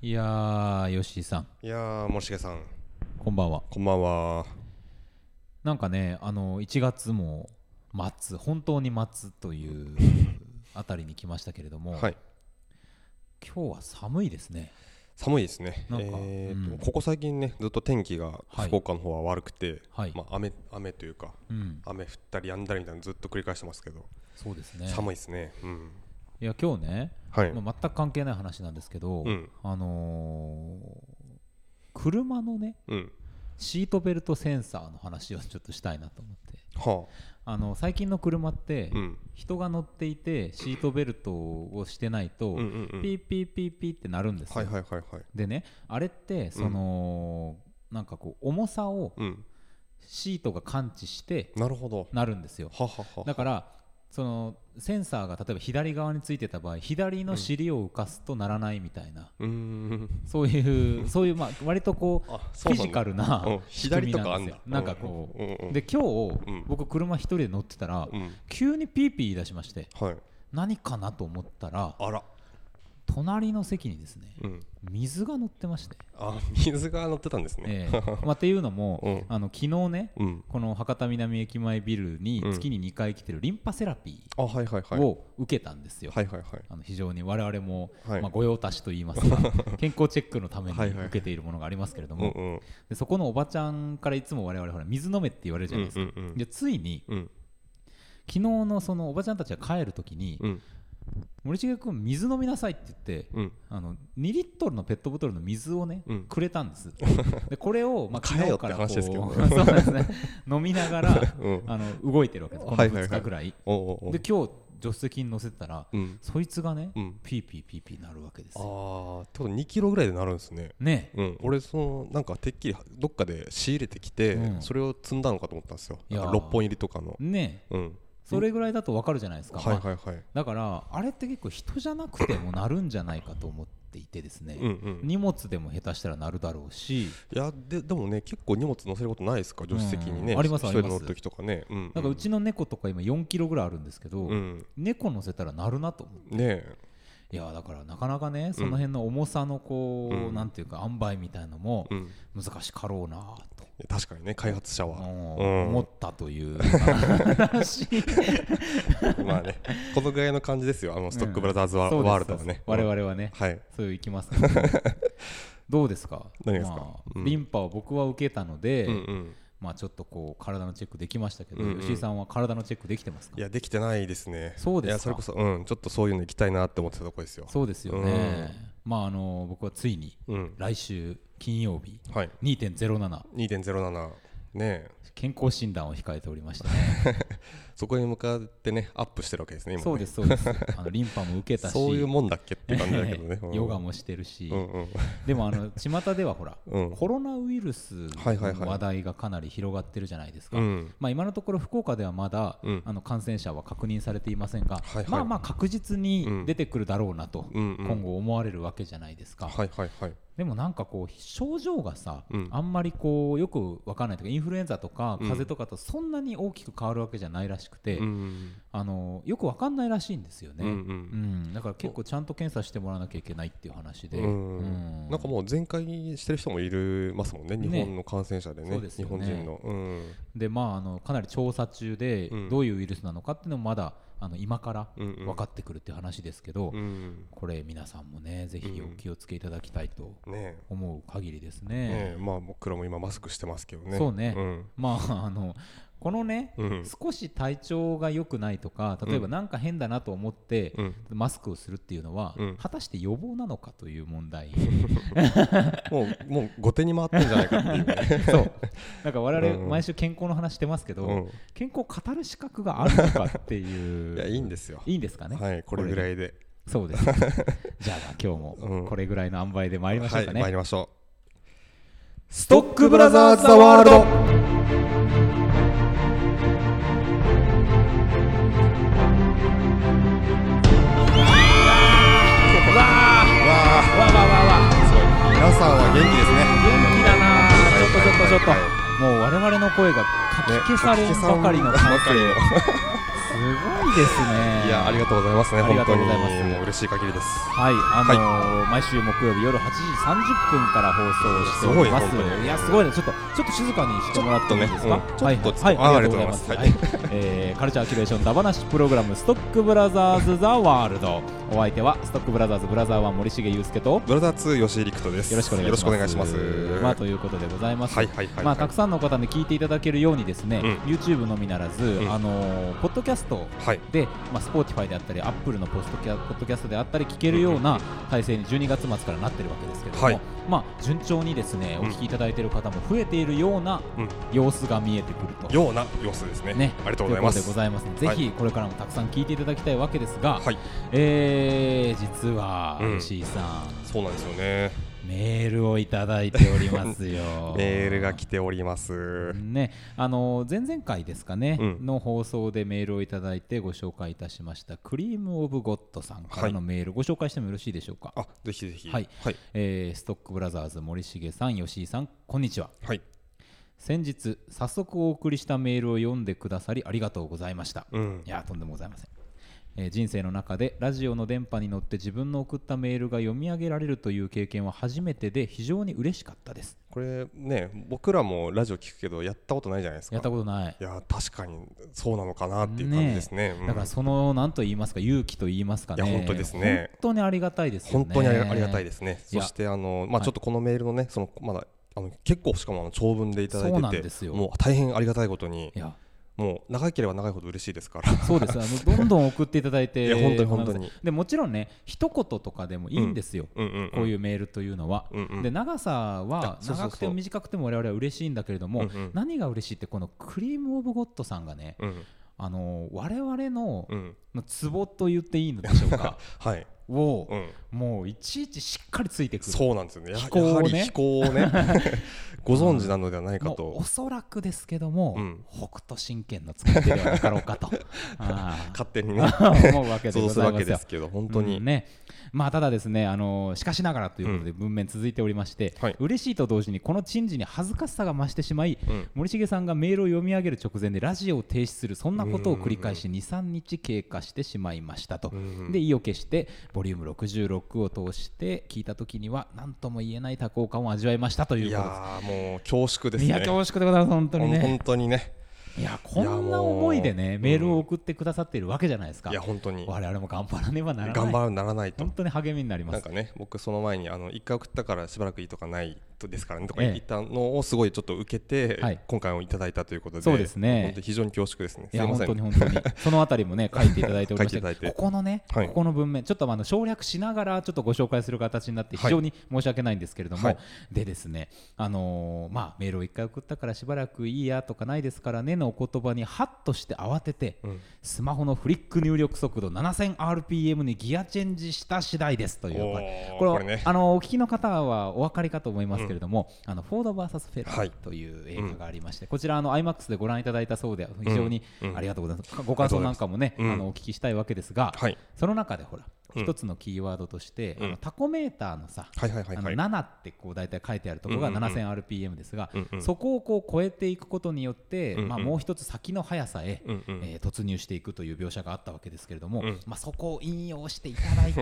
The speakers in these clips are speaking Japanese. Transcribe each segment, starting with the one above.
いやー、吉井さん、いやー、もしげさん、こんばんは。こんばんは。なんかね、あの1月も末、本当に末と いうあたりに来ましたけれども、はい、今日は寒いですね。寒いですね。なんかえーとうんここ最近ね、ずっと天気がはい福岡の方は悪くて、はいまあ雨雨というか、うん、雨降ったり止んだりみたいなのずっと繰り返してますけど、そうですね。寒いですね。うん、いや、今日ね、はい、まあ、全く関係ない話なんですけど、うんあのー車のね、うん、シートベルトセンサーの話をちょっとしたいなと思って。はあの最近の車って、あ、うん、人が乗っていてシートベルトをしてないと、うんうんうん、ピーピーピーピーってなるんですよ、はいはいはいはい、でねあれってその、なんかこう重さをうん、シートが感知してなるほど、なるんですよはははだからそのセンサーが例えば左側についてた場合左の尻を浮かすとならないみたいな、うーん、そう いうそういうまあ割とこうあ、フィジカル、ルなうん、仕組左みとなかあんんですだよ、なんかこうんうんう、うんで今日うん僕車一人で乗ってたらうん、急にピーピー出しましてはい、何かなと思ったらあら、隣の席にですねうん、水が乗ってましてあ、水が乗ってたんですね。ええまあ、っていうのも、うあの昨日ね うん、この博多南駅前ビルにうん月に2回来てるリンパセラピあ、はいはいはい、ーを受けたんですよ、はいはいはい。あの非常に我々も、はいまあ、御用達といいます か健康チェックのためにはいはい受けているものがありますけれどうんもうん。でそこのおばちゃんからいつも我々ほら水飲めって言われるじゃないですか、うんうんうんでついにうん昨日のそのおばちゃんたちが帰る時に、うん森重君水飲みなさいって言って、うん。あの2リットルのペットボトルの水をね、うんくれたんです でこれを、まあ、買昨えよ日っかてらこう話ですけ どそうなんですね飲みなが らうん。あの動いてるわけですこのはいはいはい2日ぐらい,、おうおうおうで今日助手席に乗せたら、うん。そいつがね、うん。ピーピーピーピーなるわけですあよあ、ってこと2キロぐらいでなるんですね。ねうん、俺そのなんかてっきりどっかで仕入れてきて、うんそれを積んだのかと思ったんですよいやー6本入りとかのねうんそれぐらいだとわかるじゃないですか、はいまあはいはいだからあれって結構人じゃなくてもなるんじゃないかと思っていてですね、うんうん荷物でも下手したらなるだろうしいやででもね結構荷物乗せることないですか助手席にね、うんあります一あり人ます乗る時とかねうんなんかうちの猫とか今4キロぐらいあるんですけど、うん猫乗せたらなるなと思ってねえいやだからなかなかねその辺の重さのこう、うんなんていうか塩梅みたいのもうん難しかろうなと、確かにね開発者うは、んうん思ったと いう話まあねこのぐらいの感じですよあのストックブラザーズワ,、そうですワールドはねそうです我々はね、はいそういういきます けどどうですか何ですかまあうんリンパを僕は受けたので、うんうんまあちょっとこう体のチェックできましたけど、うんうん吉井さんは体のチェックできてますかいやできてないですね。そうですかいやそれこそうんちょっとそういうの行きたいなって思ってたとこですよ。そうですよね、まああの僕はついにうん。来週金曜日はい。 2.07 2.07ねえ健康診断を控えておりましてそこに向かってねアップしてるわけですね今ね。そうですそう ですあのリンパも受けたしそういうもんだっけって感じだけどね。 ヨガも。もしてるし、うんうん。でもあの巷ではほら、うんコロナウイルスはいはいはのい話題がかなり広がってるじゃないですか、うん。まあ、今のところ福岡ではまだ、うんあの感染者は確認されていませんが、はいはいまあまあ確実に出てくるだろうなと、うんうん。今後思われるわけじゃないですか、はいはいはい。でもなんかこう症状がさ、うんあんまりこうよくわかんないというかインフルエンザとかうん風邪とかとそんなに大きく変わるわけじゃないらしくて、うんあのよくわかんないらしいんですよね、うんう。うんん、だから結構ちゃんと検査してもらわなきゃいけないっていう話で、うんうんなんかもう全開してる人もいるますもんねね日本の感染者でねそうです日よね本人の。うんでまああのかなり調査中で、うんどういうウイルスなのかっていうのもまだあの今からうんうん。分かってくるっていう話ですけど、うん。これ皆さんもねぜひお気をつけいただきたいとね思う限りですえ。ねねえ。まあ僕らも今マスクしてますけどね。そうねうん。 まああのこのね、うん少し体調が良くないとか例えばうんなんか変だなと思って、うんマスクをするっていうのは、うん果たして予防なのかという問題 もう、もう後手に回ってんじゃないかっていうね。そうなんか我う々ん毎週健康の話してますけど、う健康を語る資格があるのかっていん。ういや、いいんですよ。いいんですかねはい、これぐらいいで。そうですじゃあ今日うもんこれぐらいの塩梅で参りましょはうい、かね、参りましょスう。トックブラザーズ・ザ・ワールドドわわわわすごい。皆さんは元気ですね。元気だなあちょっとちょっとちょっとはいもう我々の声がかき消されんばかりのね感かき消されんばかりの想すごいですねいやありがとうございますねありが本と当うにございますもう嬉しい限りですはい、あのー毎週木曜日夜8時30分から放送しております。すごいね本当にいや、すごいね、ちょっと、ちょっと静かにしてもらってもいいですか。ちょっとねうんちょっとはい、はい、あありがとうございます。あはりい、えーカルチャーキュレーションダバナシプログラムストックブラザーズザワールド。お相手はストックブラザーズブラザーは森重裕介と。ブラザー2吉井陸斗ですよろしくお願いします。よろしくお願いしますまあ、ということでございます。はいはいはいまあ、たくさんの方に聞いていただけるようにですね、うん YouTube のみならず、んあのーポッドキャストはいで、まあ、Spotify であったり、Apple のポストキャポッドキャストであったり、聞けるような体制に12月末からなってるわけですけれども、はいまあ、順調にですね、うんお聞きいただいている方も増えているようなうん様子が見えてくると。ような様子ですねね、ありがとうございまというすことでございますのでぜはいひこれからもたくさん聞いていただきたいわけですが、はいえー、実は、うん石井さそうなんですよねんメールをいただいておりますよメールが来ておりますね、あの前々回ですかね、うんの放送でメールをいただいてご紹介いたしましたクリーム・オブ・ゴッドさんからのメール、ご紹介してもよろしいでしょうか、あぜひぜひはいはいえーストックブラザーズ森重さん吉井さんこんにちははい先日早速お送りしたメールを読んでくださりありがとうございました、うんいやとんでもございません、えー人生の中でラジオの電波に乗って自分の送ったメールが読み上げられるという経験は初めてで非常に嬉しかったですこれね僕らもラジオ聞くけどやったことないじゃないですかやったことないいや確かにそうなのかなっていう感じですねうんだからその何と言いますか勇気と言いますかねいや本当ですね本当にありがたいですよね本当にありありがたいですすね。いやそしてあのまあはいちょっとこのメールのねそのまだあの結構しかもあの長文でいただいそうなんてですてよもう大変ありがたいことにいやもう長ければ長いほど嬉しいですからそうですあのどんどん送っていただいて いや本当に本当にでもちろんね一言とかでもいいんですよ、うんうんこういううメールというのは、うんうんで長さはあそうそうそう長くても短くても我々は嬉しいんだけれども、うんうん何が嬉しいってこのクリーム・オブ・ゴッドさんがね、うんあの我々のうんのツボと言っていいのでしょうかはいを、 うんもういちいちしっかりついてくるそうなんですよねや飛行をねやはり飛行を ねご存知なのではないかもうおとそらくですけども、うん北斗神拳の使ってるなかろう かとあ勝手にねあ思うわけで想ご像すざるいわまけすでよす。けど本当にうんねまあ、ただですね、あのーしかしながらということで文面続いておりまして、はい嬉しいと同時にこの珍事に恥ずかしさが増してしまい、うん森重さんがメールを読み上げる直前でラジオを停止するそんなことを繰り返し23日経過してしまいましたと、んで意を決してボリューム66を通して聞いた時には何とも言えない多幸感を味わいましたといいうことです。やーもう恐縮ですねいや恐縮でございます本当にね本当にねいやこんな思いでねメールを送ってくださっているわけじゃないですかいや本当に我々も頑張らねばならない頑張らならないと本当に励みになりまなんすかね僕その前にあの一回送ったからしばらくいいとかないとですからねとかええ言ったのをすごいちょっと受けて、はい今回をいただいたということでそうですね本当に非常に恐縮ですねいすいやま本せん当に本当に そのあたりもね書いていただいておりまし書いていただていこてこのねはいここの文面ちょっとあの省略しながらちょっとご紹介する形になっては非い常に申し訳ないんですけれども、はいでですねあのーまあメールを一回送ったからしばらくいいやとかないですからねのお言葉にハッとして慌てて、んスマホのフリック入力速度 7000rpm にギアチェンジした次第ですというおーこれこれこれねあのーお聞きの方はお分かりかと思いますけれども、あのフォード VS フェラはーいリという映画がありまして、こちらあの IMAX でご覧いただいたそうで非常にありがとうございます、ご感想なんかもね、うんあのお聞きしたいわけですが、はいその中でほらうん一つのキーワードとして、うんあのタコメーターのさ、はいはいはいはいあの7ってこう大体書いてあるところがうんうんうん 7000rpm ですが、うんうんそこをこう超えていくことによって、うんうんまあ、もう一つ先の速さへ、うんうんえー突入していくという描写があったわけですけれども、うんまあ、そこを引用していただいて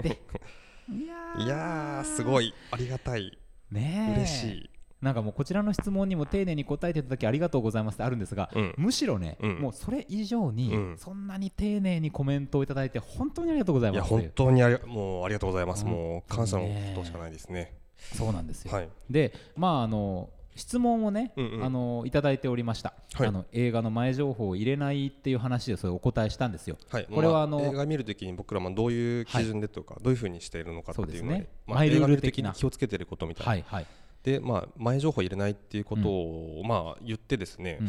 い やーいやーすごいありがたいねえ嬉しいなんかもうこちらの質問にも丁寧に答えていただきありがとうございますってあるんですが、うんむしろね、うんもうそれ以上うにんそんなに丁寧にコメントをいただいて本当にありがとうございいやますってい本う当にありもうありがとうございますうんもう感謝のことしかないですねそうなんですよ、はいでまああの質問をね、うんうんあのいただいておりました、はいあの映画の前情報を入れないっていう話でそれお答えしたんですよはいこれはまあの映画見るときに僕らもどういう基準でとか、どういうふうにしているのかっていそううのでですねまあマイルール映画見る時的なに気をつけてることみたいな、はいはいでまあ前情報入れないっていうことを、まあ言ってですね、うん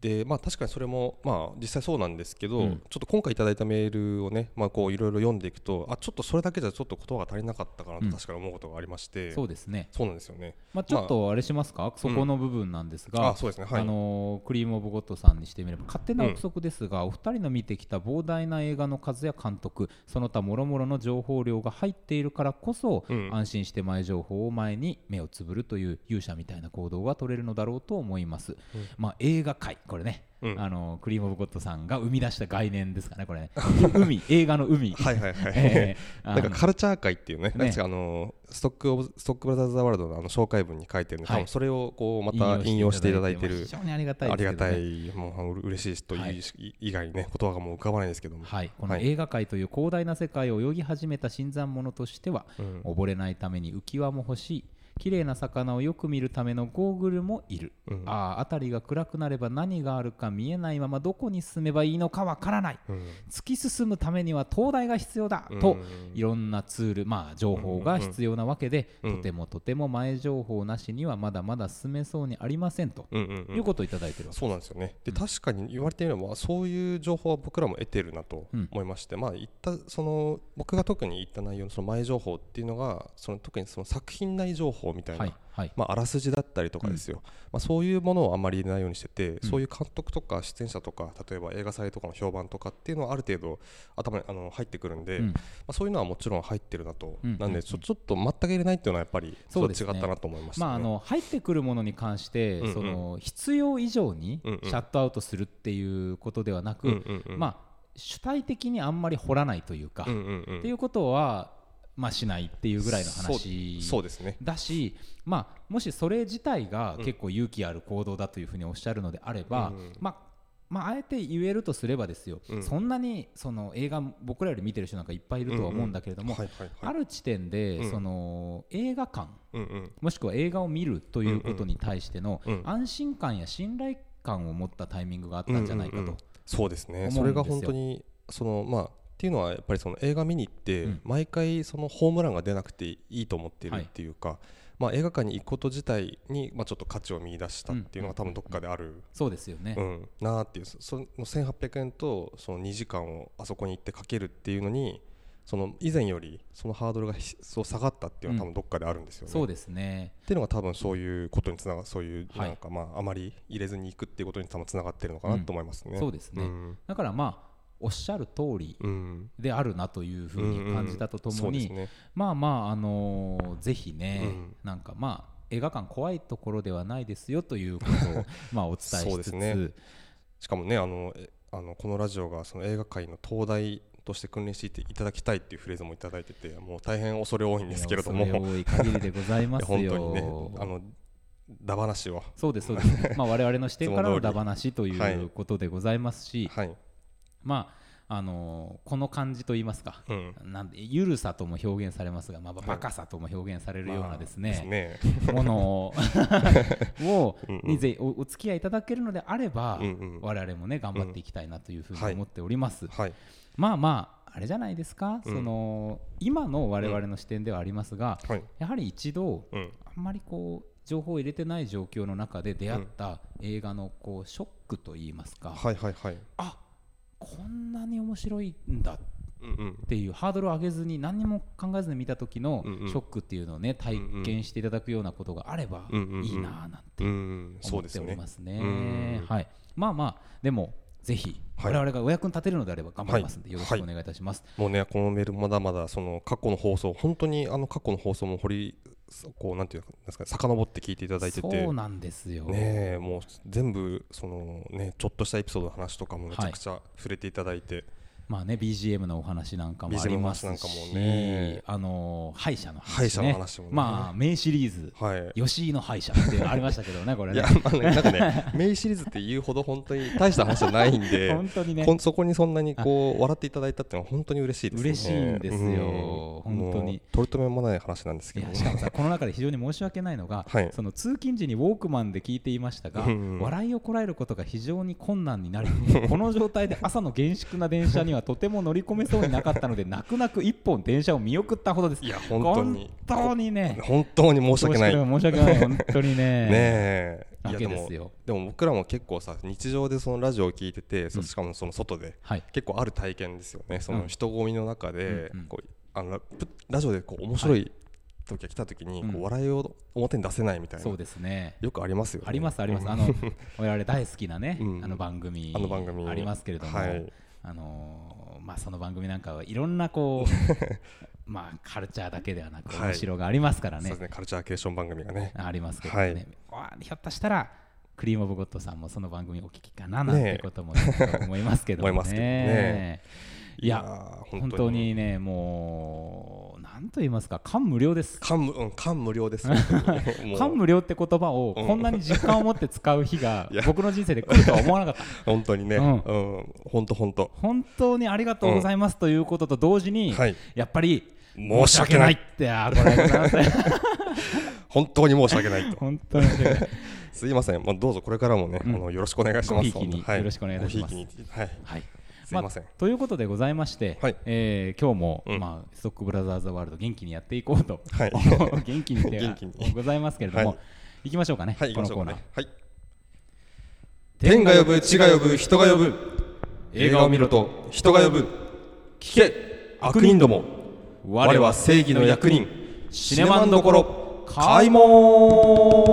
でまあ、確かにそれも、まあ、実際そうなんですけど、うんちょっと今回いただいたメールをね、まあ、こういろいろ読んでいくとあちょっとそれだけじゃちょっと言葉が足りなかったかなうとん確かに思うことがありまして、そうですねそうなんですよね。まあ、ちょっとあれしますか、そこの部分なんですが、あそうですねはいあのークリーム・オブ・ゴッドさんにしてみれば勝手な憶測ですが、お二人の見てきた膨大な映画の数や監督その他諸々の情報量が入っているからこそ、うん安心して前情報を前に目をつぶるという勇者みたいな行動が取れるのだろうと思います、まあ、映画界これね、うんあのクリーム・オブ・ゴッドさんが生み出した概念ですかねこ れね海映画の海はいはい はい、えーあなんのかカルチャー界っていうねね、確かあのストックオブストックブラザーズザワールドのあの紹介文に書いてるんで、はい多分それをこうまた引用していただいてる非。常にありがたいあですけりどがねたい、もうあのう嬉しいしとはいいうし以外にね、言葉がもう浮かばないですけども、はい、このはい映画界という広大な世界を泳ぎ始めた新参者としては、うん溺れないために浮き輪も欲しい綺麗な魚をよく見るためのゴーグルもいる、うんああ辺りが暗くなれば何があるか見えないままどこに進めばいいのかわからないうん突き進むためには灯台が必要だ、うんといろんなツールまあ情報が必要なわけで、うんうんとてもとても前情報なしにはまだまだ進めそうにありませんと、うんうんうんいうことをいただいてるわけそうなんですよね。で、確かに言われてみれば、そういう情報は僕らも得てるなとうん思いまして、まあ、言った、その、僕が特に言った内容のその前情報っていうのが、その特にその作品内情報みたいな、はいはいまあ、あらすじだったりとかですよ、まあ、そういうものをあんまり入れないようにしてて、そういう監督とか出演者とか例えば映画祭とかの評判とかっていうのはある程度頭にあの入ってくるんで、うんまあ、そういうのはもちろん入ってるなと、うんなんでちょちょっと全く入れないっていうのはやっぱりそうでちすょっねと違ったなと思いました、ねまあ、あの入ってくるものに関して、うんうんその必要以上にシうんうんャットアウトするっていうことではなく、うんうんうんまあ、主体的にあんまり掘らないというか、うんっうんうんていうことは、まあ、しないっていうぐらいのそう話そうですねだし、まあ、もしそれ自体が結構勇気ある行動だというふうにおっしゃるのであれば、うんまあまあ、あえて言えるとすればですよ、うんそんなにその映画僕らより見てる人なんかいっぱいいるとは思うんだけれども、はいはいはいある地点で、うんその映画館うんうんもしくは映画を見るということに対してのうんうん安心感や信頼感を持ったタイミングがあったんじゃないかうんうんうとん。そうです思うんねですよそれが本当にそのまあっていうのはやっぱりその映画見に行って、うん毎回そのホームランが出なくていいと思ってるっていうか、まあ映画館に行くこと自体にまあちょっと価値を見出したっていうのが多分どっかである、そうですよねう。ん、なあっていうそその1800円とその2時間をあそこに行ってかけるっていうのにその以前よりそのハードルがひそう下がったっていうのは多分どっかであるんですよね。そうですね。っていうのが多分そういうことにつながそういうはいなんかまああまり入れずに行くっていうことに多分つながってるのかなと思いますね。そうですねうんだからまあおっしゃる通りうんであるなというふうに感じたとともに、うんうんそうですねまあまああのーぜひね、うんなんかまあ映画館怖いところではないですよという ことをまあお伝えそうしでつすつ、ねしかもねあのえあのこのラジオがその映画界の東大として訓練していただきたいっていうフレーズもいただいててもう大変恐れ多いんですけれどもいや恐れ多い限りでございますよ。 いや本当にねあのだ話をそうですそう です。まあ我々の視点からのダ話とはいいうことでございますし、はい、まああのーこの感じと言いますか、うん、なんでゆるさとも表現されますが、まあ、ばはいバカさとも表現されるようなですまあね、ものを をうんうんにぜおお付き合いいただけるのであれば、うんうん我々もね頑張っていきたいなというふうにはい思っております。はい、まあまああれじゃないですか、うんその今の我々の視点ではありますが、はい、やはり一度うん、あんまりこう情報を入れてない状況の中で出会った映画のこうショックといいますか、はいはいはい、あこんなに面白いんだうんうんっ、ていうハードルを上げずに何にも考えずに見た時のうんうんショックっていうのをね体験していただくようなことがあればいうんうんうんいなあなんてうん、そ思うっですてよおりねま。すそうですよねねう。んはい、まあまあでもぜひは我い々がお役に立てるのであれば頑張りますんではいよろしくお願いいたします。もうねこのメールまだまだその過去の放送本当にあの過去の放送も掘りそこうなんていうんですかね遡って聞いていただいててそうなんですよ。ねえもう全部そのねちょっとしたエピソードの話とかもめちゃくちゃ触れていただいて、まあね BGM のお話なんかもありますし、 BGM の話なんかもねあの歯医者の歯医話者ね。の話もねまあ名シリーズはい、吉井の歯医者っていうのありましたけどねこれいねや。まあねなんかね名シリーズっていうほど本当に大した話じゃないんで本当にねこんそこにそんなにこう笑っていただいたっていうのは本当に嬉しいですね嬉しいんですようん本当にもう取り留めもない話なんですけいどやしかもさこの中で非常に申し訳ないのが、 はいその通勤時にウォークマンで聞いていましたが、うんうん笑いをこらえることが非常に困難になり この状態で朝の厳粛な電車にはとても乗り込めそうになかったので泣く泣く一本電車を見送ったほどですいや本当に本当にね本当に申し訳ないね申し訳ない本当にね えいわやけででもすよでも僕らも結構さ日常でそのラジオを聞いてて、そしかもその外ではい結構ある体験ですよねそうのん人混みの中で、うんうんこうあのラプラジオでこう面白い時が来た時に、うんこう笑いを表に出せないみたいなそうですねよくありますよねありますあります、うんあの我々大好きなね、うんあの番組あの番組ありますけれども、はいあのーまあ、その番組なんかはいろんなこ うまあカルチャーだけではなくはい面白がありますからそうね、ですねカルチャーケーション番組がねありますけどね、わあひょっとしたらクリーム・オブ・ゴッドさんもその番組お聞きかななんてこともちょっと思いますけども思いますけどねね。いやー本当にねもう何と言いますか感無量です感無うん感無量です 本当にもう感無量って言葉をうんこんなに実感を持って使う日が いや僕の人生で来るとは思わなかった本当にねううんん本当本当本当にありがとうございますということと同時に、はいやっぱり申し訳ない申ってあーこれございますね本当に申し訳ないと本当に申し訳ないすいませんもうどうぞこれからもねあうんのよろしくお願いしごまひいすきに本当はいよろしくお願いいたしますごひいきに はいはいすいませんあということでございまして、はいえー今日も、うんまあ、ストックブラザーズワールド元気にやっていこうと、はい元気にでは元気にございますけれども、、はいきましょうかね、はい行こきのましコーょうナかーね。はい天が呼ぶ地が呼ぶ人が呼ぶ映画を見ろと人が呼ぶ聞け悪人ども我は正義の役人シネマンどころ開開門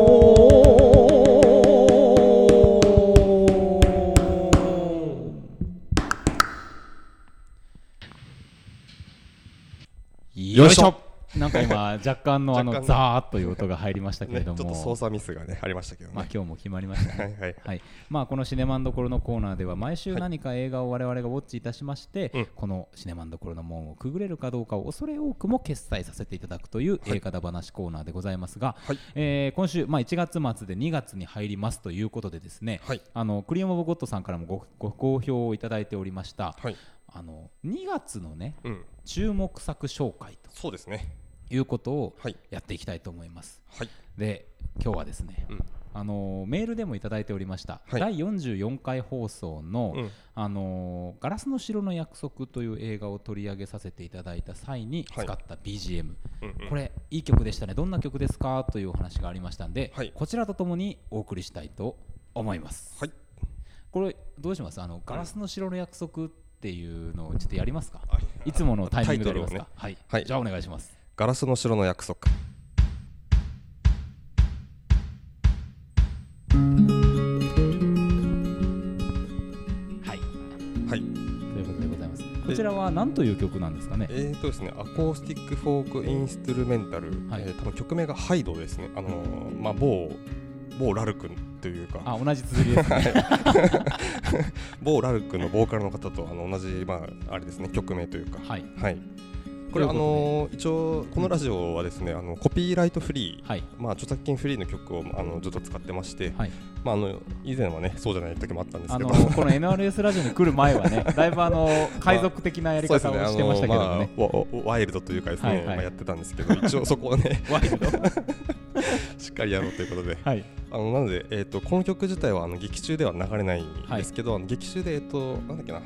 よいしよょなんか今若干のあの若干のザーっという音が入りましたけれね、ちょどっも、と操作ミスがねありましたけどまあね、今日も決まりましたねはいはいはいまあ、このシネマンどころのコーナーでは毎週何か映画を我々がウォッチいたしまして、うんこのシネマンどころの門をくぐれるかどうかを恐れ多くも決済させていただくという映画だ話コーナーでございますが、はいえー今週、まあ、1月末で2月に入りますということでですね、はいあのクリーム・オブ・ゴッドさんからもごご好評をいただいておりました、はいあの2月のねうん注目作紹介とそうですねいうことをはいやっていきたいと思います。はいで今日はですね、うんあのメールでもいただいておりました、はい第44回放送の、うんあのガラスの城の約束」という映画を取り上げさせていただいた際に使はっいた BGM、うんうんこれいい曲でしたねどんな曲ですかというお話がありましたんで、はいこちらとともにお送りしたいと思いますはいこれどうしますあのガラスの城の約束っていうのをちょっとやりますか、あいつものタイミングでやりますか、はタイい、はいじゃあお願いしますガラスの城の約束はいはいということでございますこちらは何という曲なんですかねえーとですね、アコースティックフォークインストゥルメンタル、はいえー多分曲名がハイドですね、あのーまあ、某某ラルクというか、あ同じ綴りです ね某ラルクのボーカルの方とあの同じ、まあ、あれですね曲名というか、はいはい、こといれ、うことであのー一応、このラジオはですね、あのコピーライトフリー、はいまあ、著作権フリーの曲をあのずっと使ってまして、はいまあ、あの以前はね、そうじゃない時もあったんですあけのど。 この NRS ラジオに来る前はね、だいぶあの海賊的なやりそうで方をすね、あしてまのしたけどもね、まあワワイルドというかですね、はいはいまあ、やってたんですけど、一応そこをね、 ワイルド。しっかりやろうということで、 はい、あのなので、えー、とこの曲自体はあの劇中では流れないんですけど、あの劇中で、えー、となんだっけな、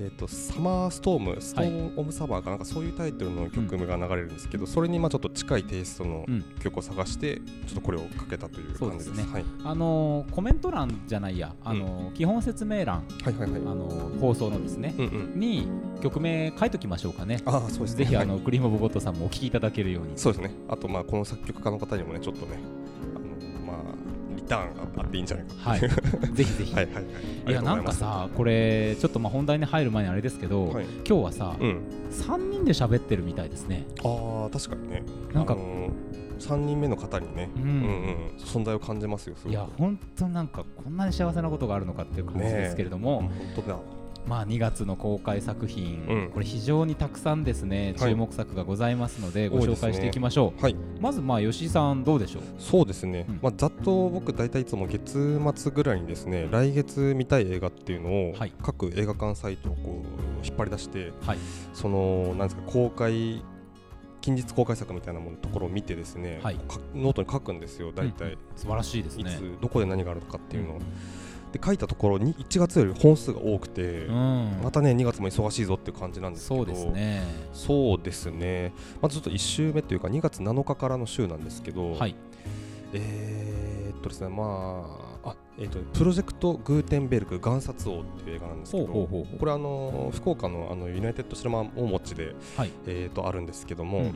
えー、とサマーストーム、ストーン・オブ・サマーかなんかそういうタイトルの曲が流れるんですけど、それにまあちょっと近いテイストのうん、曲を探して、ちょっとこれをかけたというそう感でじすです。ねはい、あのコメント欄じゃないや、あの基本説明欄、はいはいはあい。の放送のですね、うんうん、に曲名書いときましょうかね。ああ、そうですぜね。ひあはいのクリームボボットさんもお聞きいただけるように。そうですね。あと、まあ、この作曲家の方にもね、ちょっとね、あのまあ、リターンがあっていいんじゃないか はい、ぜひぜひ。はいはいはい。あいりやがとなんうござかます、さこれちょっとまあ本題に入る前にあれですけど、はい今日はさ、うん、三人で喋ってるみたいですねああ確かにねなんかあのー、3人目の方にね、ううんんうん存在を感じますよすごいくや本当なんかこんなに幸せなことがあるのかっていう感じですけれども、本当だまあ、2月の公開作品、うんこれ非常にたくさんですねはい注目作がございますのでご多いで紹すね介していきましょう、はいまずまあ吉井さんどうでしょうそうですね、うんまあざっと僕大体いつも月末ぐらいにですね来月見たい映画っていうのを、はい各映画館サイトをこう引っ張り出してはいそのなんですか公開近日公開作みたいなものところを見てですね、はいかノートに書くんですよ大体、素晴らしいですいねつどこで何があるのかっていうのを、うで書いたところに1月より本数が多くて、うんまたね2月も忙しいぞっていう感じなんですけそどうですねそうですねまずちょっと1週目というか2月7日からの週なんですけど、はいえーっとですねまああえーっとプロジェクトグーテンベルク贋札王っていう映画なんですけほうどほうほうほうこれあの福岡のあのユナイテッドシネマ大持で、はいえーっとあるんですけども、うん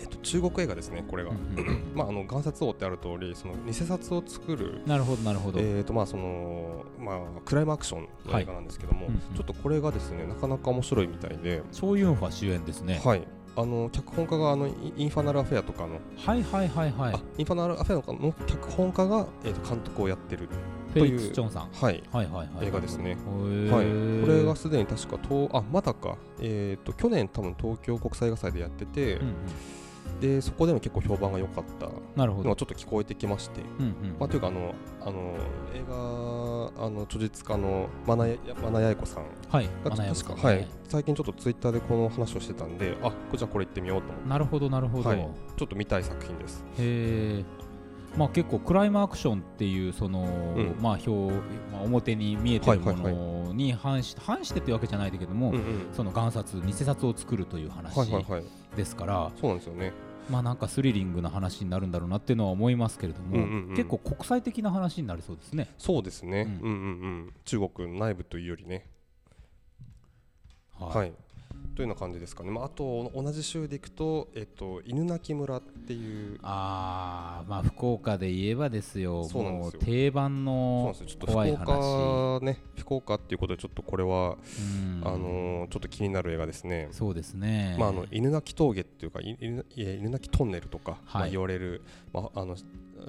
えーっと中国映画ですねこれが、うんうんうんまああの贋札王ってある通りその偽札を作るなるほどなるほど、えーとまあそのまあ、クライムアクションの映画なんですけども、はいうんうんちょっとこれがですねなかなか面白いみたいで、チョウ・ユンファ主演ですねはいあの脚本家があのイインファナルアフェアとかの、はいはいはいはいあインファナルアフェアの脚本家が、えー、と監督をやってる、フェリックス・チョンさんはいはいはいはい映画ですねへーはい、これがすでに確か東あまだか、えー、と去年多分東京国際映画祭でやってて、うんうんでそこでも結構評判が良かったなるほのどがちょっと聞こえてきまして、うんうんまあ、というかあのあの映画あの著述家のマナヤマナヤエコさんはいがマナヤブ確さか、んはい、最近ちょっとツイッターでこの話をしてたんであこじゃあこれ行ってみようと思ってなるほどなるほど、はいへちょっと見たい作品です。えまあ結構クライムアクションっていうその、うんまあ表、まあ、表に見えてるもはいはいのに反して、反してっていうわけじゃないけども、うんうんその贋札偽札を作るという話はいはいはい、ですから、そうなんですよね。まあなんかスリリングな話になるんだろうなっていうのは思いますけれども、うんうんうん結構国際的な話になりそうですねそうですね。うんうんうんうん。中国内部というよりね。はい。というような感じですかね。まああと同じ州で行くとえっと犬鳴村っていう。ああまあ福岡で言えばですよそうなんですよもう定番そうなんのですよちょっと怖い福岡ね福岡っていうことでちょっとこれは、うんあのーちょっと気になる映画ですね。そうですねまあ、あの犬鳴峠っていうかい犬いえ犬鳴トンネルとか、はまあ、い言われる、まあ、あの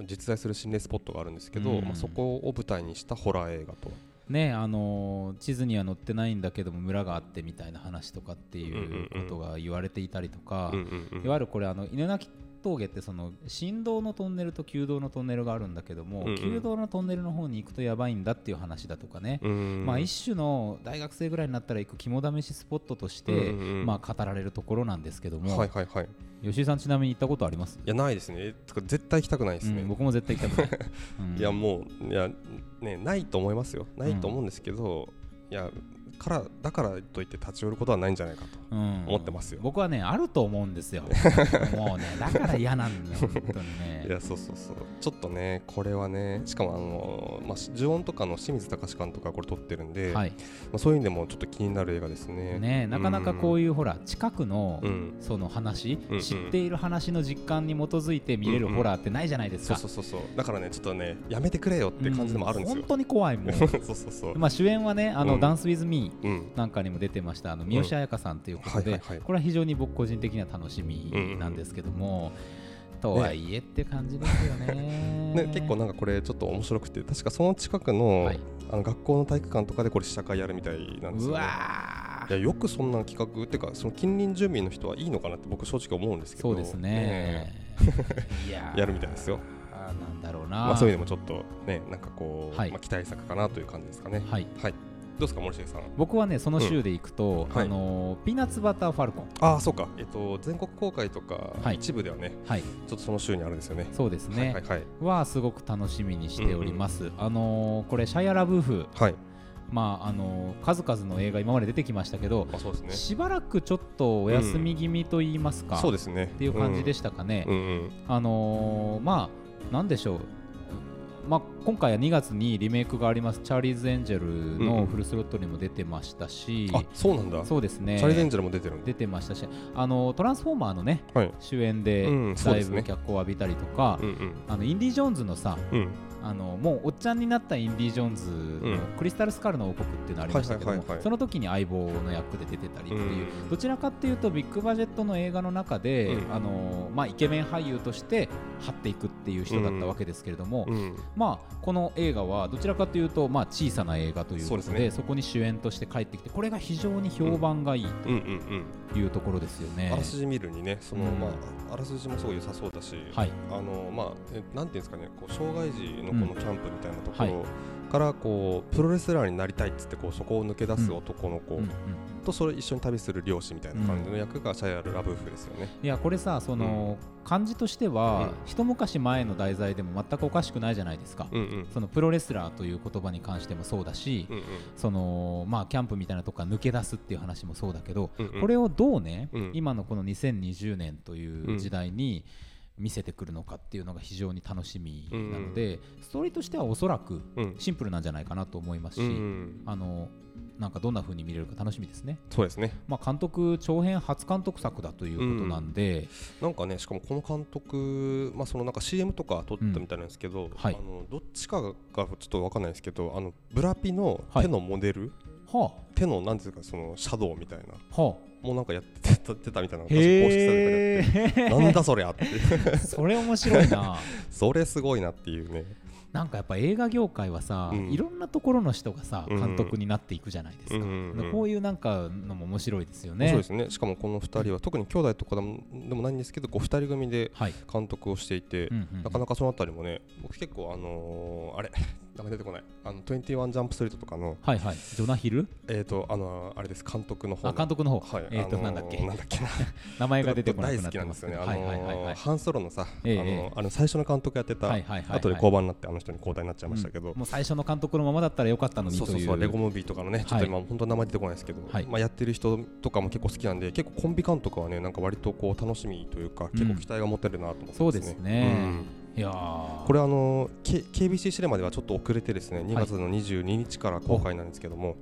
実在する心霊スポットがあるんですけど、うんまあ、そこを舞台にしたホラー映画と、ねあのー地図には載ってないんだけども村があってみたいな話とかっていうことが言われていたりとか、うんうんうんいわゆるこれあの稲垣峠ってその振動のトンネルと旧道のトンネルがあるんだけども、うんうん旧道のトンネルの方に行くとやばいんだっていう話だとかね、うんまあ一種の大学生ぐらいになったら行く肝試しスポットとして、うんうんうんまあ語られるところなんですけども、はいはいはいい吉井さんちなみに行ったことありますやないですねえとか絶対行きたくないですね、うん、僕も絶対行きたく ない、うんいやもういやねないと思いますよないと思うんですけど、いやからだからといって立ち寄ることはないんじゃないかうとん思ってますよ僕はねあると思うん ですよもうねだから嫌なんだよ本当にねいやそうそうそうちょっとねこれはねしかもあのまあ呪音とかの清水隆監督がこれ撮ってるんで、はいまあ、そういう意味でもちょっと気になる映画ですね。ねなかなかこういいう、ほら近くの、うん、うん、その話、うんうん知っている話の実感に基づいて見れるうんうんホラーってないじゃないですそか。うそうそうそうだからねちょっとねやめてくれよって感じでもあるんでうすよ本。当に怖いもんそうそうそう。まあ主演はね「あうのんダンス・ウィズ・ミー」うんなんかにも出てましたあの三好彩香さんということで、はいはいはいこれは非常に僕個人的には楽しみなんですけども、とはいえって感じですよねね、結構なんかこれちょっと面白くて確かその近くの,、はいあの学校の体育館とかでこれ試写会やるみたいなんでうすよね。わいーやよくそんな企画っていうかその近隣住民の人はいいのかなって僕正直思うんですけどそうですねねいや やるみたいですよあーなんだろうな、まあ、そういうのもちょっとねなんかこう、はいまあ、期待作かなという感じですかねはいはいどうですか森重さん僕はねその週で行くと、うんはいあのピーナッツバターファルコンああそうか、えっと、全国公開とかはい一部ではね、はいちょっとその週にあるんですよね。そうですね、はいはいはすごく楽しみにしております。あのーこれシャイアラブーフ、はい。はい、まああのー数々の映画今まで出てきましたけど、あそうですね。しばらくちょっとお休み気味と言いますか、そっうですね。っていう感じでししたかね。うんうんあのーまあなんでしょう。まあ、今回は2月にリメイクがあります「チャーリーズ・エンジェル」うんうのんフルスロットにも出てましたし、あそうなんだ。そうですねチャリレンジャーも出てるんで。出てましたしあのトランスフォーマーのねはい。主演でうんそだうでいすねぶ脚光を浴びたりとか、うんあのインディ・ジョーンズのさ、うんうん。あのもうおっちゃんになったインディ・ジョーンズうんの「クリスタル・スカルの王国」っていうのありましたけどはいもはいはいはいその時に相棒の役で出てたりっていう、うんどちらかっていうとビッグバジェットの映画の中で、うんあのまあ、イケメン俳優として張っていくっていう人だったわけですけれども、うんまあ、この映画はどちらかというと、まあ、小さな映画というそうこでとすでねそこに主演として帰ってきてこれが非常に評判がいいうんうんというところですようね。ん。あらすじ見るにね、そのうんまああらすじもすごい良さそうだし、はいあのまあえなんていうんですかね、こう障害児のうんこのキャンプみたいなところからこうプロレスラーになりたいっつってこうそこを抜け出す男の子うんうんとそれ一緒に旅する漁師みたいな感じの役がシャイアルラブーフですよね。いやこれさその、漢字としては、うん一昔前の題材でも全くおかしくないじゃないですか、うんうん。そのプロレスラーという言葉に関してもそうだし、うんうんそのまあ、キャンプみたいなとこから抜け出すっていう話もそうだけど、うんうんこれをどうね、うん今のこの2020年といんう時代に見せてくるのかっていうのが非常に楽しみなので、ストーリーとしてはおそらくうんシンプルなんじゃないかなと思いますし、うん、あのなんかどんな風に見れるか楽しみですね。そうですねまあ、監督長編初監督作だということなんで、なんかねしかもこの監督、まあ、そのなんか CM とか撮ったみたいなんですけど、はいあのどっちかがちょっと分かんないですけどあのブラピの手のモデル、はあ手のなんていうかそのシャドウみたいなはもうなんかやってた出たみたいなあのが公式サイトからやってへえなんだそりゃって それ面白いなそれすごいなっていうねなんかやっぱ映画業界はさ、うんいろんなところの人がさうん監督になっていくじゃないですか、うんうんうんこういうなんかのも面白いですよねそうですねしかもこの2人は特に兄弟とかでもでもないんですけどこう2人組ではい、監督をしていて、うんうんうんなかなかそのあたりもね僕結構あのーあれ名前出てこないあの21ジャンプストリートとかのはいはいジョナヒルえっ、とあのーあれです監督の方あの監督の方、はい、えっ、と、あのーなんだっけなんだっけな名前が出てこなく大な好っきてなんでますすよけね、どあはいはいはいのはーいハンソロのさ、ええあのええあの最初の監督やってた、はいはいはいはい後で降板になってあの人に交代になっちゃいましたけど、もう最初の監督のままだったらよかったのにそうとそういうそうレゴムービーとかのねちょっと今本当名前出てこないですけど、はいまあやってる人とかも結構好きなんで結構コンビ感とかはねなんか割とこう楽しみというか、うん結構期待が持てるなと思ってますね。そうですねうんいやーこれあの、K、KBC シネマではちょっと遅れてですね2月の22日から公開なんですけども、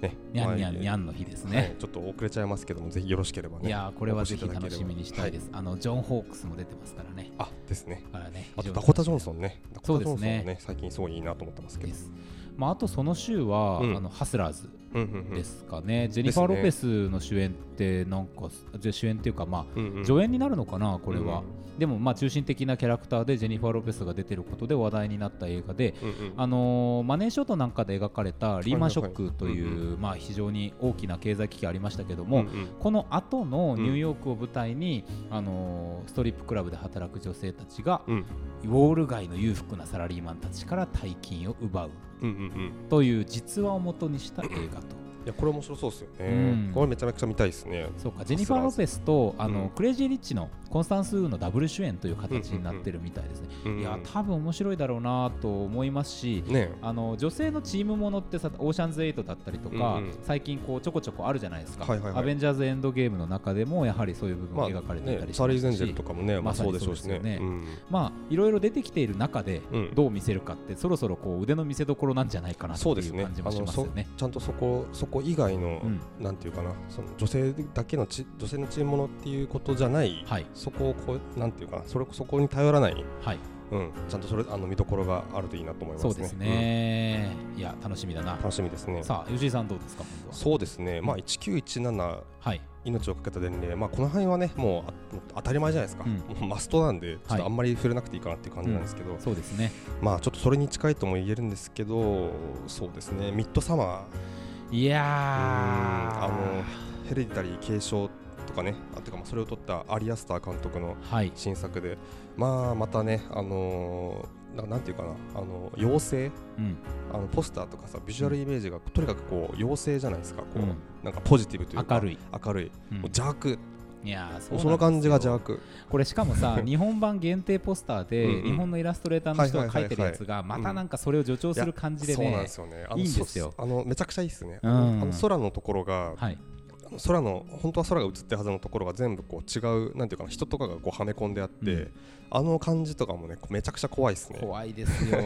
ねにゃんにゃんにゃんんの日ですね、ねちょっと遅れちゃいますけどもぜひよろしければねいやーこれはぜひお越いた楽だけれしばみにしたいですは、あのジョン・ホークスも出てますからねあですねだからねあ非常とにダコタ・ジョンソンね、ダそコうでタ・ジョすンねソンもね、最近すごいいいなと思ってますけでど、す、まあ、あとその週は、うんあのハスラーズうんうんうんですかね、ジェニファー・でロすねペスの主演ってなんかじゃ主演っていうかまあうんうん助演になるのかなこれは、でもまあ中心的なキャラクターでジェニファー・ロペスが出てることで話題になった映画で、うんうんあのーマネーショートなんかで描かれたリーマンショッはいクはいという、うんまあ、非常に大きな経済危機ありましたけども、うんうんこの後のニューヨークを舞台に、あのーストリップクラブで働く女性たちが、うんウォール街の裕福なサラリーマンたちから大金を奪ううんうんうんという実話をもとにした映画と。いやこれ面白そうですようんね。これめちゃめちゃ見たいですね。そうかジェニファー・ロペスとあの、うんクレイジー・リッチのコンスタンス・ウーのダブル主演という形になってるみたいですね。うんいや多分面白いだろうなと思いますし、ねあの女性のチームものってさオーシャンズ8だったりとか、うんうん最近こうちょこちょこあるじゃないですか、はいはいはアいベンジャーズ・エンドゲームの中でもやはりそういう部分まあが描ねかれていたりしチャーまリしー・ゼたンジェしルとかもね、まあまさにそうでしょうしねそうです。ようんまあいろいろ出てきている中でうんどう見せるかって、そろそろこう腕の見せ所なんじゃないかなってそういですうね。感じあもしのますよそね。ちゃんとそこそこ以外のうんなんていうかな、その女性だけのち女性のチームものっていうことじゃない。はいそこをこうなんていうかな、それそこに頼らない、はい、うん、ちゃんとそれあの見どころがあるといいなと思いますそね。うですね、いや楽しみだなうん。楽しみですね。さあ吉井さんどうですか今度は。そうですね、まあ、1917はい命をかけた伝令、まあ、この範囲はねもうあ当たり前じゃないですか、うんもうマストなんで、ちょっとあんまり触れなくていいかなっていう感じなんですけど、そうですね。まあちょっとそれに近いとも言えるんですけど、そうですね、ミッドサマいやーー、あのヘレディタリー継承とかね、あてかまあそれを取ったアリアスター監督のはい新作で、まあまたね、あのーななんていうかな、あの妖精、うんあのポスターとかさ、ビジュアルイメージが、とにかくこう妖精じゃないですか、こううんなんかポジティブというか、明るい。明るい、うんもう邪悪いやーそうなんですもようその感じが邪悪これしかもさ日本版限定ポスターうんでうん日本のイラストレーターの人がはいは描いはいいはているやつがまたなんかそれを助長する感じでそうなんねですよねあのいいんですよそあのめちゃくちゃいいですね、うんあのあの空のところが、はい空の本当は空が映ってるはずのところが全部こう違うなんていうかな人とかがこうはめ込んであって、うんあの感じとかもねこうめちゃくちゃ怖いですね怖いですよ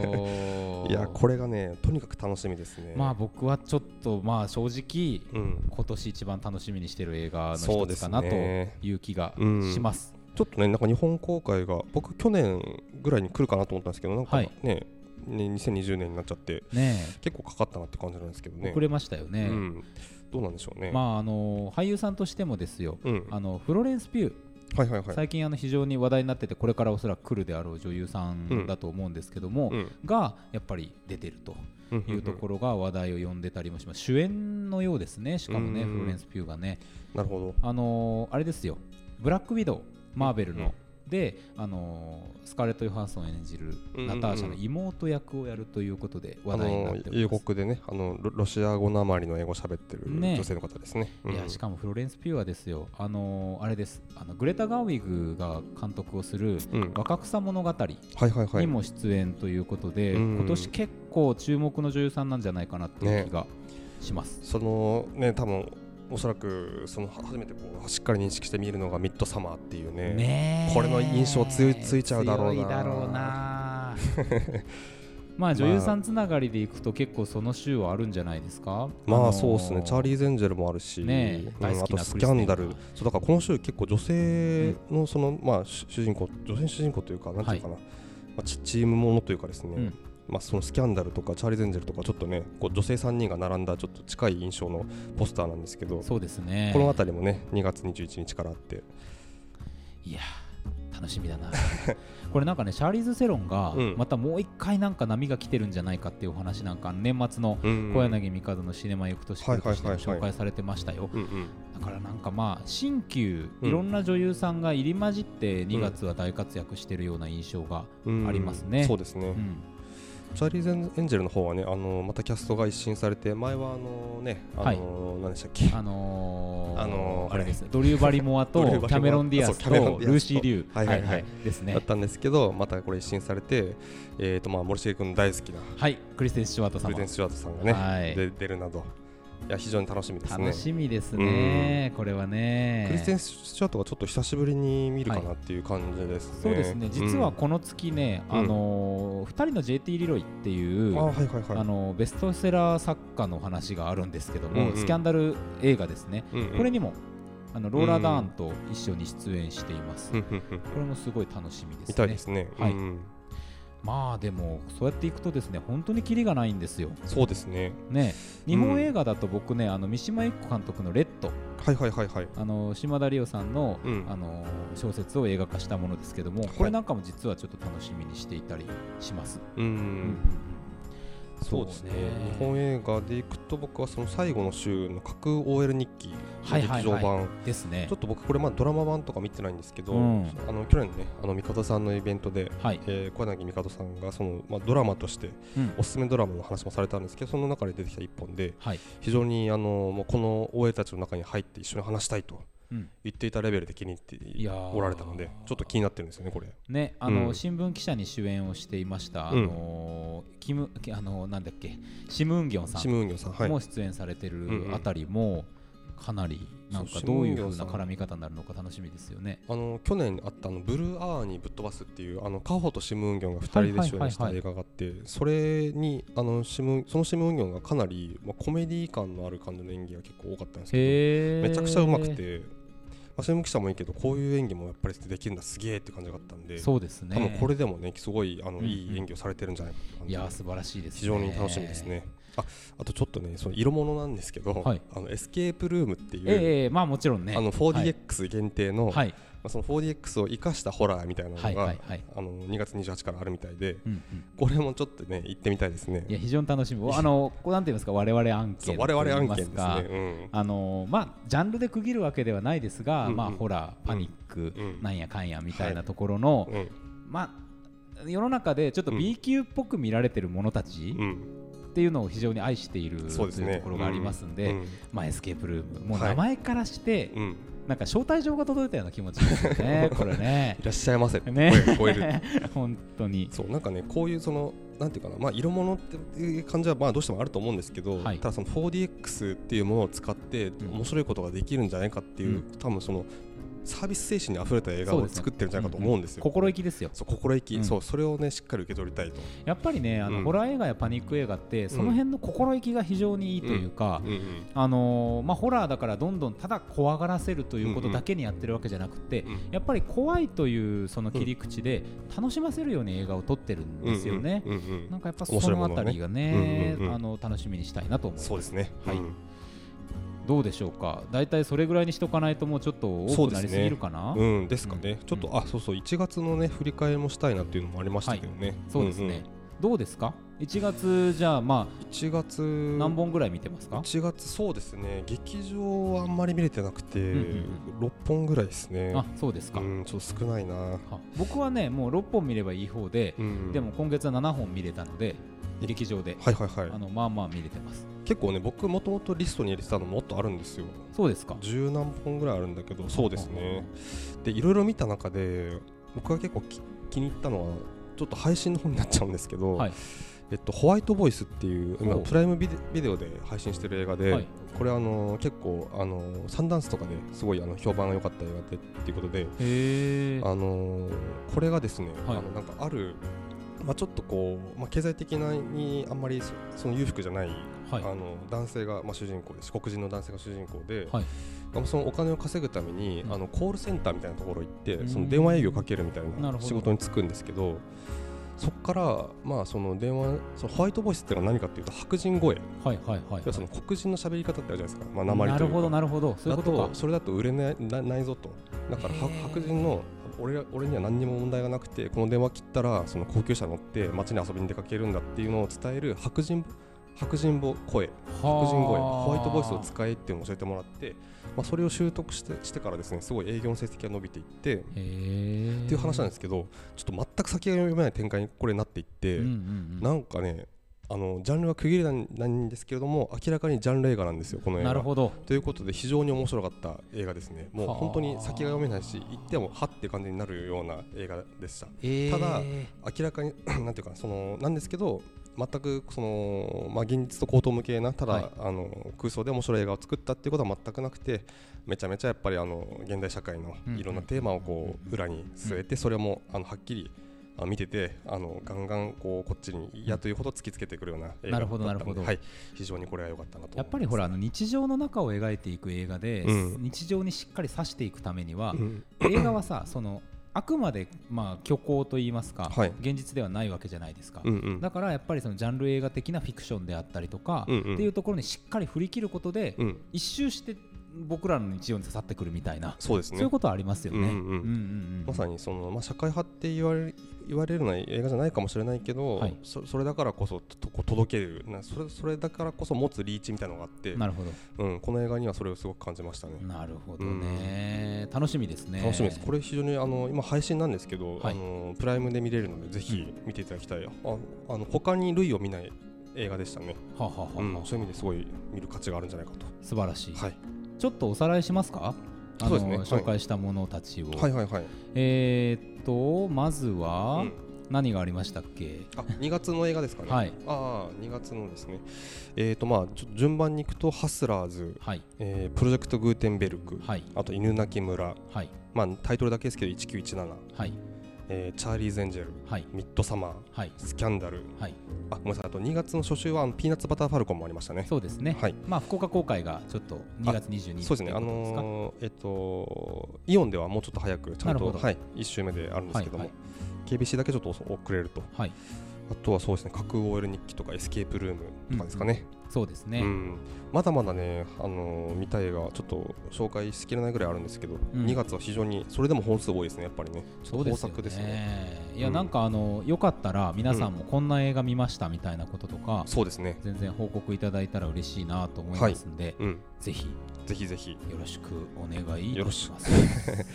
いやこれがねとにかく楽しみですねまあ僕はちょっとまあ正直うん今年一番楽しみにしてる映画のそ一うでつすかなとねいう気がうんしますちょっとねなんか日本公開が僕去年ぐらいに来るかなと思ったんですけどなんかはねい,、ね2020年になっちゃってね結構かかったなって感じなんですけどえね遅れましたようねん、どうなんでしょうね、まああの俳優さんとしてもですようん、あのフロレンス・ピューはいはいはい最近あの非常に話題になっててこれからおそらく来るであろう女優さうんんだと思うんですけどもうんがやっぱり出てるというところが話題を呼んでたりもします主演のようですねしかもねうんうフんうんロレンス・ピューがねなるほあのーあれですよブラックウィドウマーベルうんのであのースカーレット・ヨハンソン演じるうんうんナターシャの妹役をやるということでど。話題になってあおのり英ます国でねあのロロシア語なまりの英語喋ってるね女性の方ですね。いやしかかもフロレンス・ピューはですよあのーあれですあのグレタ・ガーウィグが監督をするうん若草物語はいはいはい。にも出演ということで、うん今年結構注目の女優さんなんじゃないかなっていう気がします。そのね多分おそらくそのは初めてこうしっかり認識して見るのがミッドサマーっていうね。ねえこれの印象ついついちゃうだろうな強いだろうな まあ女優さんつながりでいくと結構その週はあるんじゃないですかまあ、そうですねチャーーリー・ゼンジェルもあるし、ねえうん大好きなあとクリスステキンャンダルそうだからこの週結構女性のその、まあ、主主人公女性主人公というかなんていうかな、まあ、チチームものというかですね、うんまあ、そのスキャンダルとかチャーリー・ゼンジェルとかちょっとねこう女性3人が並んだちょっと近い印象のポスターなんですけどそうですねこの辺りもね2月21日からあっていや楽しみだな これなんかねシャーリーズ・セロンがうんまたもう一回なんか波が来てるんじゃないかっていうお話なんか年末のうん小柳帝のシネマ行く年来るとしてもはいはいはいはい紹介されてましたようんうんだからなんかまあ新旧うんいろんな女優さんが入り混じって2月は大活躍してるような印象が、うんありますねそうですね、うんチャーリーゼン・エンジェルの方はねあのまたキャストが一新されて前はあのねあの、何でしたっけあのーあのーあれですドリュー・バリモアとドキリューバリモアャメロン・ディアスとそうキャメロンディアスとルーシー・リュウはいはいはいですねだったんですけどまたこれ一新されて、えーとまあ、森重君の大好きなはいクリステン・スチュワートプレ様ゼン・スチュワートさんがね、はいで出るなどいや非常に楽しみですね楽しみですねこれはねクリステン・スチュワートがちょっと久しぶりに見るかなっていう感じですね、そうですね実はうんこの月ね、うんあのー、2人の JT リロイっていうあはいはいはいあのベストセラー作家の話があるんですけども、うんうんスキャンダル映画ですね、うんうんこれにもあのローラ・ダーンと一緒に出演しています、うんうんうんこれもすごい楽しみですね見たいですね、はいうんまあでもそうやっていくとですね本当にキリがないんですよそうですねねうん日本映画だと僕ね、あの三島由紀子監督の「レッドはいはいはいはい」あの島田理夫さんの,、うんあの小説を映画化したものですけどもこれなんかも実はちょっと楽しみにしていたりします、うん、そそううでですすねね日本映画でいくと僕はその最後の週の架空 OL 日記のはいはい劇場はい版、ですねちょっと僕これまあドラマ版とか見てないんですけど、うんあの去年ねあの三方さんのイベントで、はい、えー、小柳三方さんがその、まあ、ドラマとしてうんおすすめドラマの話もされたんですけどその中で出てきた一本ではい非常にあのもうこの OL たちの中に入って一緒に話したいとうん言っていたレベルで気に入いやってーおられたのでちょっと気になってるんですよねこれ。ね、あの、うん新聞記者に主演をしていました、あうんのーキムきあのーなんだっけシム・ウンギョンさシムんウンギョンさんはいも出演されてうんるうんあたりもかなりなんそかうどういうシムウンギ風ョンなさん絡み方になるのか楽しみですよね。あの去年あったあのブルーアーにぶっ飛ばすっていうあのカホとシム・ウンギョンが2はい人はいはいはいで主演した映画があって、それにあのシムそのシム・ウンギョンがかなり、まあ、コメディ感のある感じの演技が結構多かったんですけどへーめちゃくちゃうまくて、まあ、シム記者もいいけどこういう演技もやっぱりできるんだすげえって感じがあったんで、そうですね。多分これでもねすごいあの、うんうんいい演技をされてるんじゃないかなって感いじやー素晴らしいです、ね。非常に楽しみです。ね。ああとちょっとねその色物なんですけど、はいあのエスケープルームっていう、ええええまあもちろんね。あの 4DX 限定の、はいまあ、その 4DX を生かしたホラーみたいなのが、はいはいはい。あの2月28からあるみたいでうんうんこれもちょっとね行ってみたいですねいや非常に楽しみ。 あのこうなんて言いますか我々案そ件う我々案件ですと言いますかね、あのーまあ、ジャンルで区切るわけではないですが、うんうんまあ、ホラー、パニック、うんうんなんやかんやみたいなところの、うんうんまあ、世の中でちょっとうん B 級っぽく見られてる者たちうんっていうのを非常に愛しているそとうですいねうところがありますんで、うんまあ、エスケープルーム、もうはい名前からして、うん、なんか招待状が届いたような気持ちですよ ね、これねい。らっしゃいませってね声が聞こえる本当にそうなんかねこういうそのなんていうかな、まあ、色物っていう感じはまあどうしてもあると思うんですけど、はいただその 4DX っていうものを使ってん面白いことができるんじゃないかっていう、うん多分そのサービス精神にあふれた映画そうをですね作ってるんじゃないかと思うんですよ。心意気ですよそう心意気、うんそうそれをねしっかり受け取りたいと。やっぱりねあの、うんホラー映画やパニック映画ってその辺の心意気が非常にいいというか、うんうんあのーまあ、ホラーだからどんどんただ怖がらせるということだけにやってるわけじゃなくて、うんやっぱり怖いというその切り口で楽しませるように映画を撮ってるんですよね。うんうんうんうんなんかやっぱそのあたりがね面白いものをねうんうんうんあの楽しみにしたいなと思いますそうですね。はいうんどうでしょうか大体それぐらいにしとかないともうちょっと多くなりすぎるかなそう,、うん、ですかね、ちょっと、あそうそう、1月のね、振り返りもしたいなっていうのもありましたけどね、ですね、どうですか1月じゃあまうんうん、1月、あ何本ぐらい見てますか、 1月、そうですね、劇場はあんまり見れてなくて、ん6本ぐらいですね、あそうですか、うん、ちょっと少ないな、あ僕はねもう6本見ればいい方で、うん、でも、今月は7本見れたのでえ劇場で、はいはいはあい、のまあまあ見れてます結構ね、僕、もともとリストに入れてたのもっとあるんですよ、そうですか十何本ぐらいあるんだけど、そうですね、で、いろいろ見た中で、僕が結構き気に入ったのは、ちょっと配信の方になっちゃうんですけど、はいえっと、ホワイトボイスっていう今ほうプライムビデビデオで配信してる映画で、はいこれあの結構あのサンダンスとかですごいあの評判が良かった映画でっていうことで、へえあのこれがですね、はいあのなんかある、まあ、ちょっとこう、まあ、経済的なにあんまりそその裕福じゃない、はいあの男性が、まあ、主人公で四国人の男性が主人公で、はいまあそのお金を稼ぐために、うんあのコールセンターみたいなところ行ってうんその電話営業かけるみたいななるほど仕事に就くんですけどそこから、まあ、その電話そのホワイトボイスっていうのは何かっていうと白人声、はいはいはい要はその黒人の喋り方ってあるじゃないですか、まあ、な鉛とるいうかほどなるほどそういうことだかとそれだと売れないなないぞとだからはへー白人の俺ら俺には何にも問題がなくてこの電話切ったらその高級車乗って街に遊びに出かけるんだっていうのを伝える白人白人ぼ声は黒あ人声ホワイトボイスを使えっていうのを教えてもらって、まあ、それを習得してしてからですねすごい営業の成績が伸びていってっへえっていう話なんですけどちょっと全く先が読めない展開にこれなっていって、うんうんなんかねあのジャンルは区切れないないんですけれども明らかにジャンル映画なんですよこのうん、映画なるほどということで非常に面白かった映画ですねもうはあ本当に先が読めないし行ってもはって感じになるような映画でしたたただ明らかに なんていうかそのなんですけど全くその、まあ、現実と高等無形なただ、はいあの空想で面白い映画を作ったっていうことは全くなくてめちゃめちゃやっぱりあの現代社会のうんいろんなテーマをこう裏に据えてそれもあのはっきりあの見ててあのガンガンこうこっちに嫌というほど突きつけてくるような映な画だるったほのでどなるほどはい、非常にこれは良かったなと思いますやっぱりほらあの日常の中を描いていく映画で、うん日常にしっかり指していくためにはう、ん映画はさそのあくまで、まあ、虚構といいますか、はい現実ではないわけじゃないですか、うんうん、だからやっぱりそのジャンル映画的なフィクションであったりとか、うんうんっていうところにしっかり振り切ることで、うん、一周して僕らの日常に刺さってくるみたいな、そうですそねういうことはありますよね。うんうんうんまさににその、まあ、社会派って言われ言われるような映画じゃないかもしれないけど、はいそそれだからこそとこう届けるなそれそれだからこそ持つリーチみたいなのがあって、なるほどうん、この映画にはそれをすごく感じましたね。なるほどね、楽しみですね楽しみですこれ非常にあの今配信なんですけど、はいあのプライムで見れるのでぜひ見ていただきたい、ああの他に類を見ない映画でしたね、はははは、うん、そういう意味ですごい見る価値があるんじゃないかと、素晴らしい、はい、ちょっとおさらいしますかあのそうですねはい紹介したものたちを、はいはいはいえーっとまずはうん何がありましたっけ、あ2月の映画ですかね、はいああ2月のですねえっ、とまあちょっと順番にいくと「ハスラーズ」はいえープロジェクト・グーテンベルク」はいあと「犬鳴村はい」まあタイトルだけですけど1917、はいえーチャーリーズ・エンジェル」はい「ミッドサマー」はい「スキャンダルはい」あごめんなさいあと2月の初週はあの「ピーナッツ・バター・ファルコン」もありましたねそうですね、はいまあ福岡公開がちょっと2月22日そうですとね、いあことですかのーえっと、イオンではもうちょっと早く、ちゃんなるほと、どはい、1週目であるんですけどはも、い KBC だけちょっと遅遅れると、はいあとはそうですね、架空 OL 日記とか、エスケープルームとかですかね、そうですね、うん、まだまだね、あのー見たい映画、ちょっと紹介しきれないぐらいあるんですけど、ん2月は非常に、それでも本数多いですね、やっぱりね、ちょそっうとで豊すよ作ねですね。いやうんなんかあのよかったら皆さんもこんな映画見ましたみたいなこととか、そうですね、全然報告いただいたら嬉しいなと思いますんで、うん、ぜひよぜひぜひ、ろしくお願いいよろたししくます。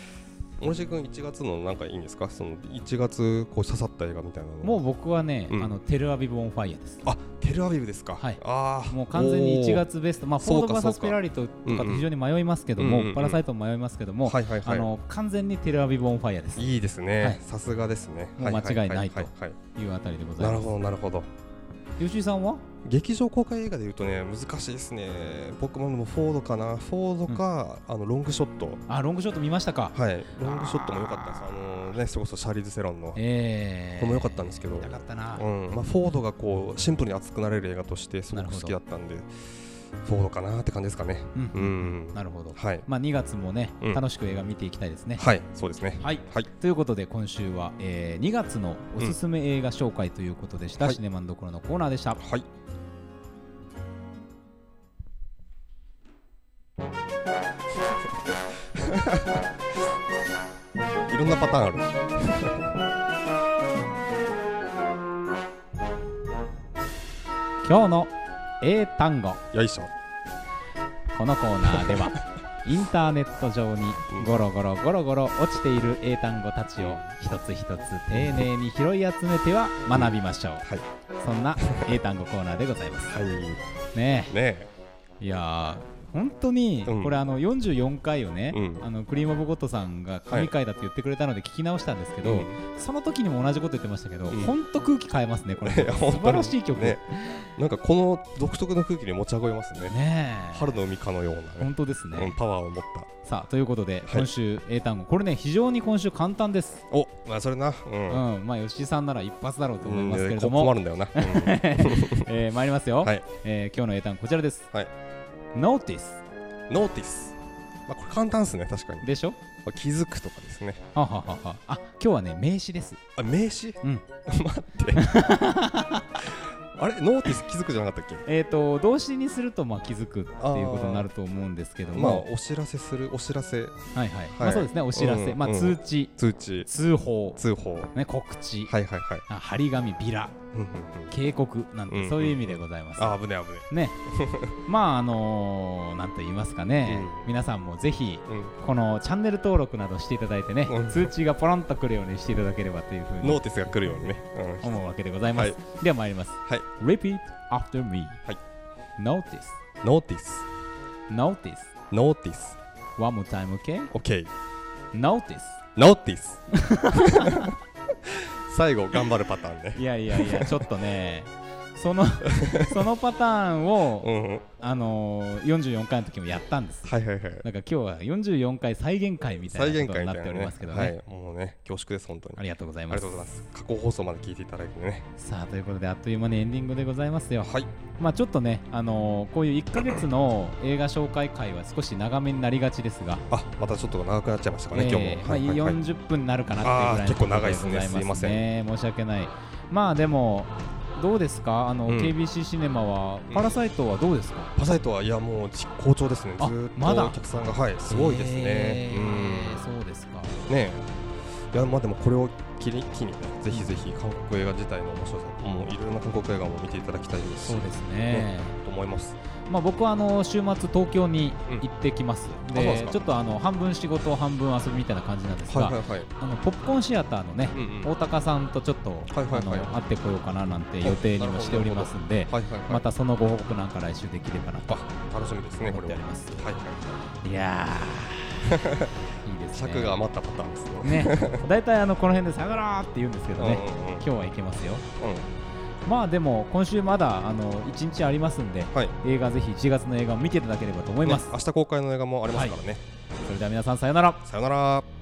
森重君、1月のなんかいいんですか、その1月、こう刺さった映画みたいなの、もう僕はね、うんあのテルアビブオンファイヤーです。あテルアビブですか、はいあーもう完全に1おー月ベスト、まあ、フそォうーかドそう VS かペラリとうんとうかんと非常に迷いますけどうんうんうも、んパラサイトも迷いますけども、はいはいはあい、の完全にテルアビブオンファイヤーです。いいですはねい、さすがですね。もう間違いないとはははいうあたりでごいざないるます。ほど、なるほど。吉井さんは劇場公開映画でいうとね、難しいですね。僕もでもフォードかな、フォードか、あのロングショット。あ、ロングショット見ましたか。はい、ロングショットも良かったです。あのね、それこそシャーリーズセロンの。えー、これも良かったんですけど見たかったな。うん、まあ、フォードがこうシンプルに熱くなれる映画として、すごく好きだったんで。フォードかなって感じですかね。うんううんん、なるほど。はい、まあ、2月もね、うん楽しく映画見ていきたいですね。はい、そうですね。はい、はいということで今週は、えー2月のおすすめ映画紹介ということでした、はいシネマンどころのコーナーでした。はい、 いろんなパターンある。今日の英単語よいしょ。このコーナーでは インターネット上にゴロゴロゴロゴロ落ちている英単語たちを一つ一つ丁寧に拾い集めては学びましょう、はい。そんな英単語コーナーでござい ますはい。ねねえいやー本当にうんこれあの44回をね、うんあのクリーム・オブ・ゴットさんが神回だって言ってくれたので聞き直したんですけえ。ど、その時にも同じこと言ってましたけど、うんほんと空気変えますね、これ、いや 本当に素晴らしい曲、ねねなんかこの独特の空気に持ち上げますね。え春の海かのようなね。本当ですね、うん、パワーを持った。さあということで、い今週、英単語、これね、非常に今週簡単です、お、まあそれな。ううんん。まあ、吉井さんなら一発だろうと思いますけれねどこも、困るんだよな。 うんえー参りますよ、はいえー今日の英単語、こちらです、はいノーティスノーティス。まあこれ簡単ですね、確かに。でしょ、まあ気づくとかですねははははあ今日はね名詞ですあ名刺、 うん待って あれノーティス気づくじゃなかったっけえっ、と動詞にするとまあ気づくっていうことになると思うんですけどまあも、お知らせするお知らせはいはい、まあそうですねお知らせ、うんまあうん通知、通知通報、通報はね、告知、いはいはい、あ張り紙ビラうんうんうん、警告なんうんうんうてんそういう意味でございます、あ危ねね まああのー、なんと言いますかね、うん皆さんもぜひ危ねこのチャンネル登録などしていただいてね、うん通知がポロンとくるようにしていただければというふううん、ノーにティスが来るようにね、うん、思うわけでございます、はでは参ります、はい Repeat after me、はい Notice ノーティス Notice ノーティス One more time okay OK Notice ノーティス 最後頑張るパターンねいやいやい やちょっとねそのそのパターンを、うんうんあのー、44回の時もやったんですはいはいはいなんか今日は44回再現会みた再いな現こと会にみなたっいてなおりまねすけどねはいもうね恐縮です本当にありがとうございありまがすとうございます。過去放送まで聞いていただいてね。さあということであっという間にエンディングでございますよはい。まあちょっとねあのー、こういう1ヶ月の映画紹介会は少し長めになりがちですがあ、またちょっと長くなっちゃいましたかね、え今日えも。まあ、はいはいはい。 40分になるかなっていうぐらいのあー結構長いですねところござますすいね申し訳ないまあでもどうですかあの、うん KBC シネマは、うんパラサイトはどうですかパサイトはいやもう実好調ですね。ずあーっまだとお客さんがはいすごいですねえ。うーそうですかん。ねえ。いやまあでもこれを機に機にぜひぜひ韓国映画自体の面白さ、もういろんな韓国映画も見ていただきたいですしそう、ですねねと思います。まあ僕はあの週末東京に行ってきます、んあそうですでかちょっとあの半分仕事半分遊びみたいな感じなんですが、はいはいはい。あのポップコーンシアターのね、うんうん。大高さんとちょっと、いはいはいあの会ってこようかななんて予定にもしておりますんで、はいはいはい。またそのご報告なんか来週できればなとあ楽しみですね思こっれておは。ります。はいはい。いやーい いですね。尺が余ったパターンですね。ね、大体あのこの辺で下がろーって言うんですけうんどうんうんね、今日はいけますよ。うんまあでも今週まだあの1日ありますんで、はい。映画ぜひ1月の映画を見ていただければと思います。ね明日公開の映画もありますからね。それでは皆さんさようなら。さよなら。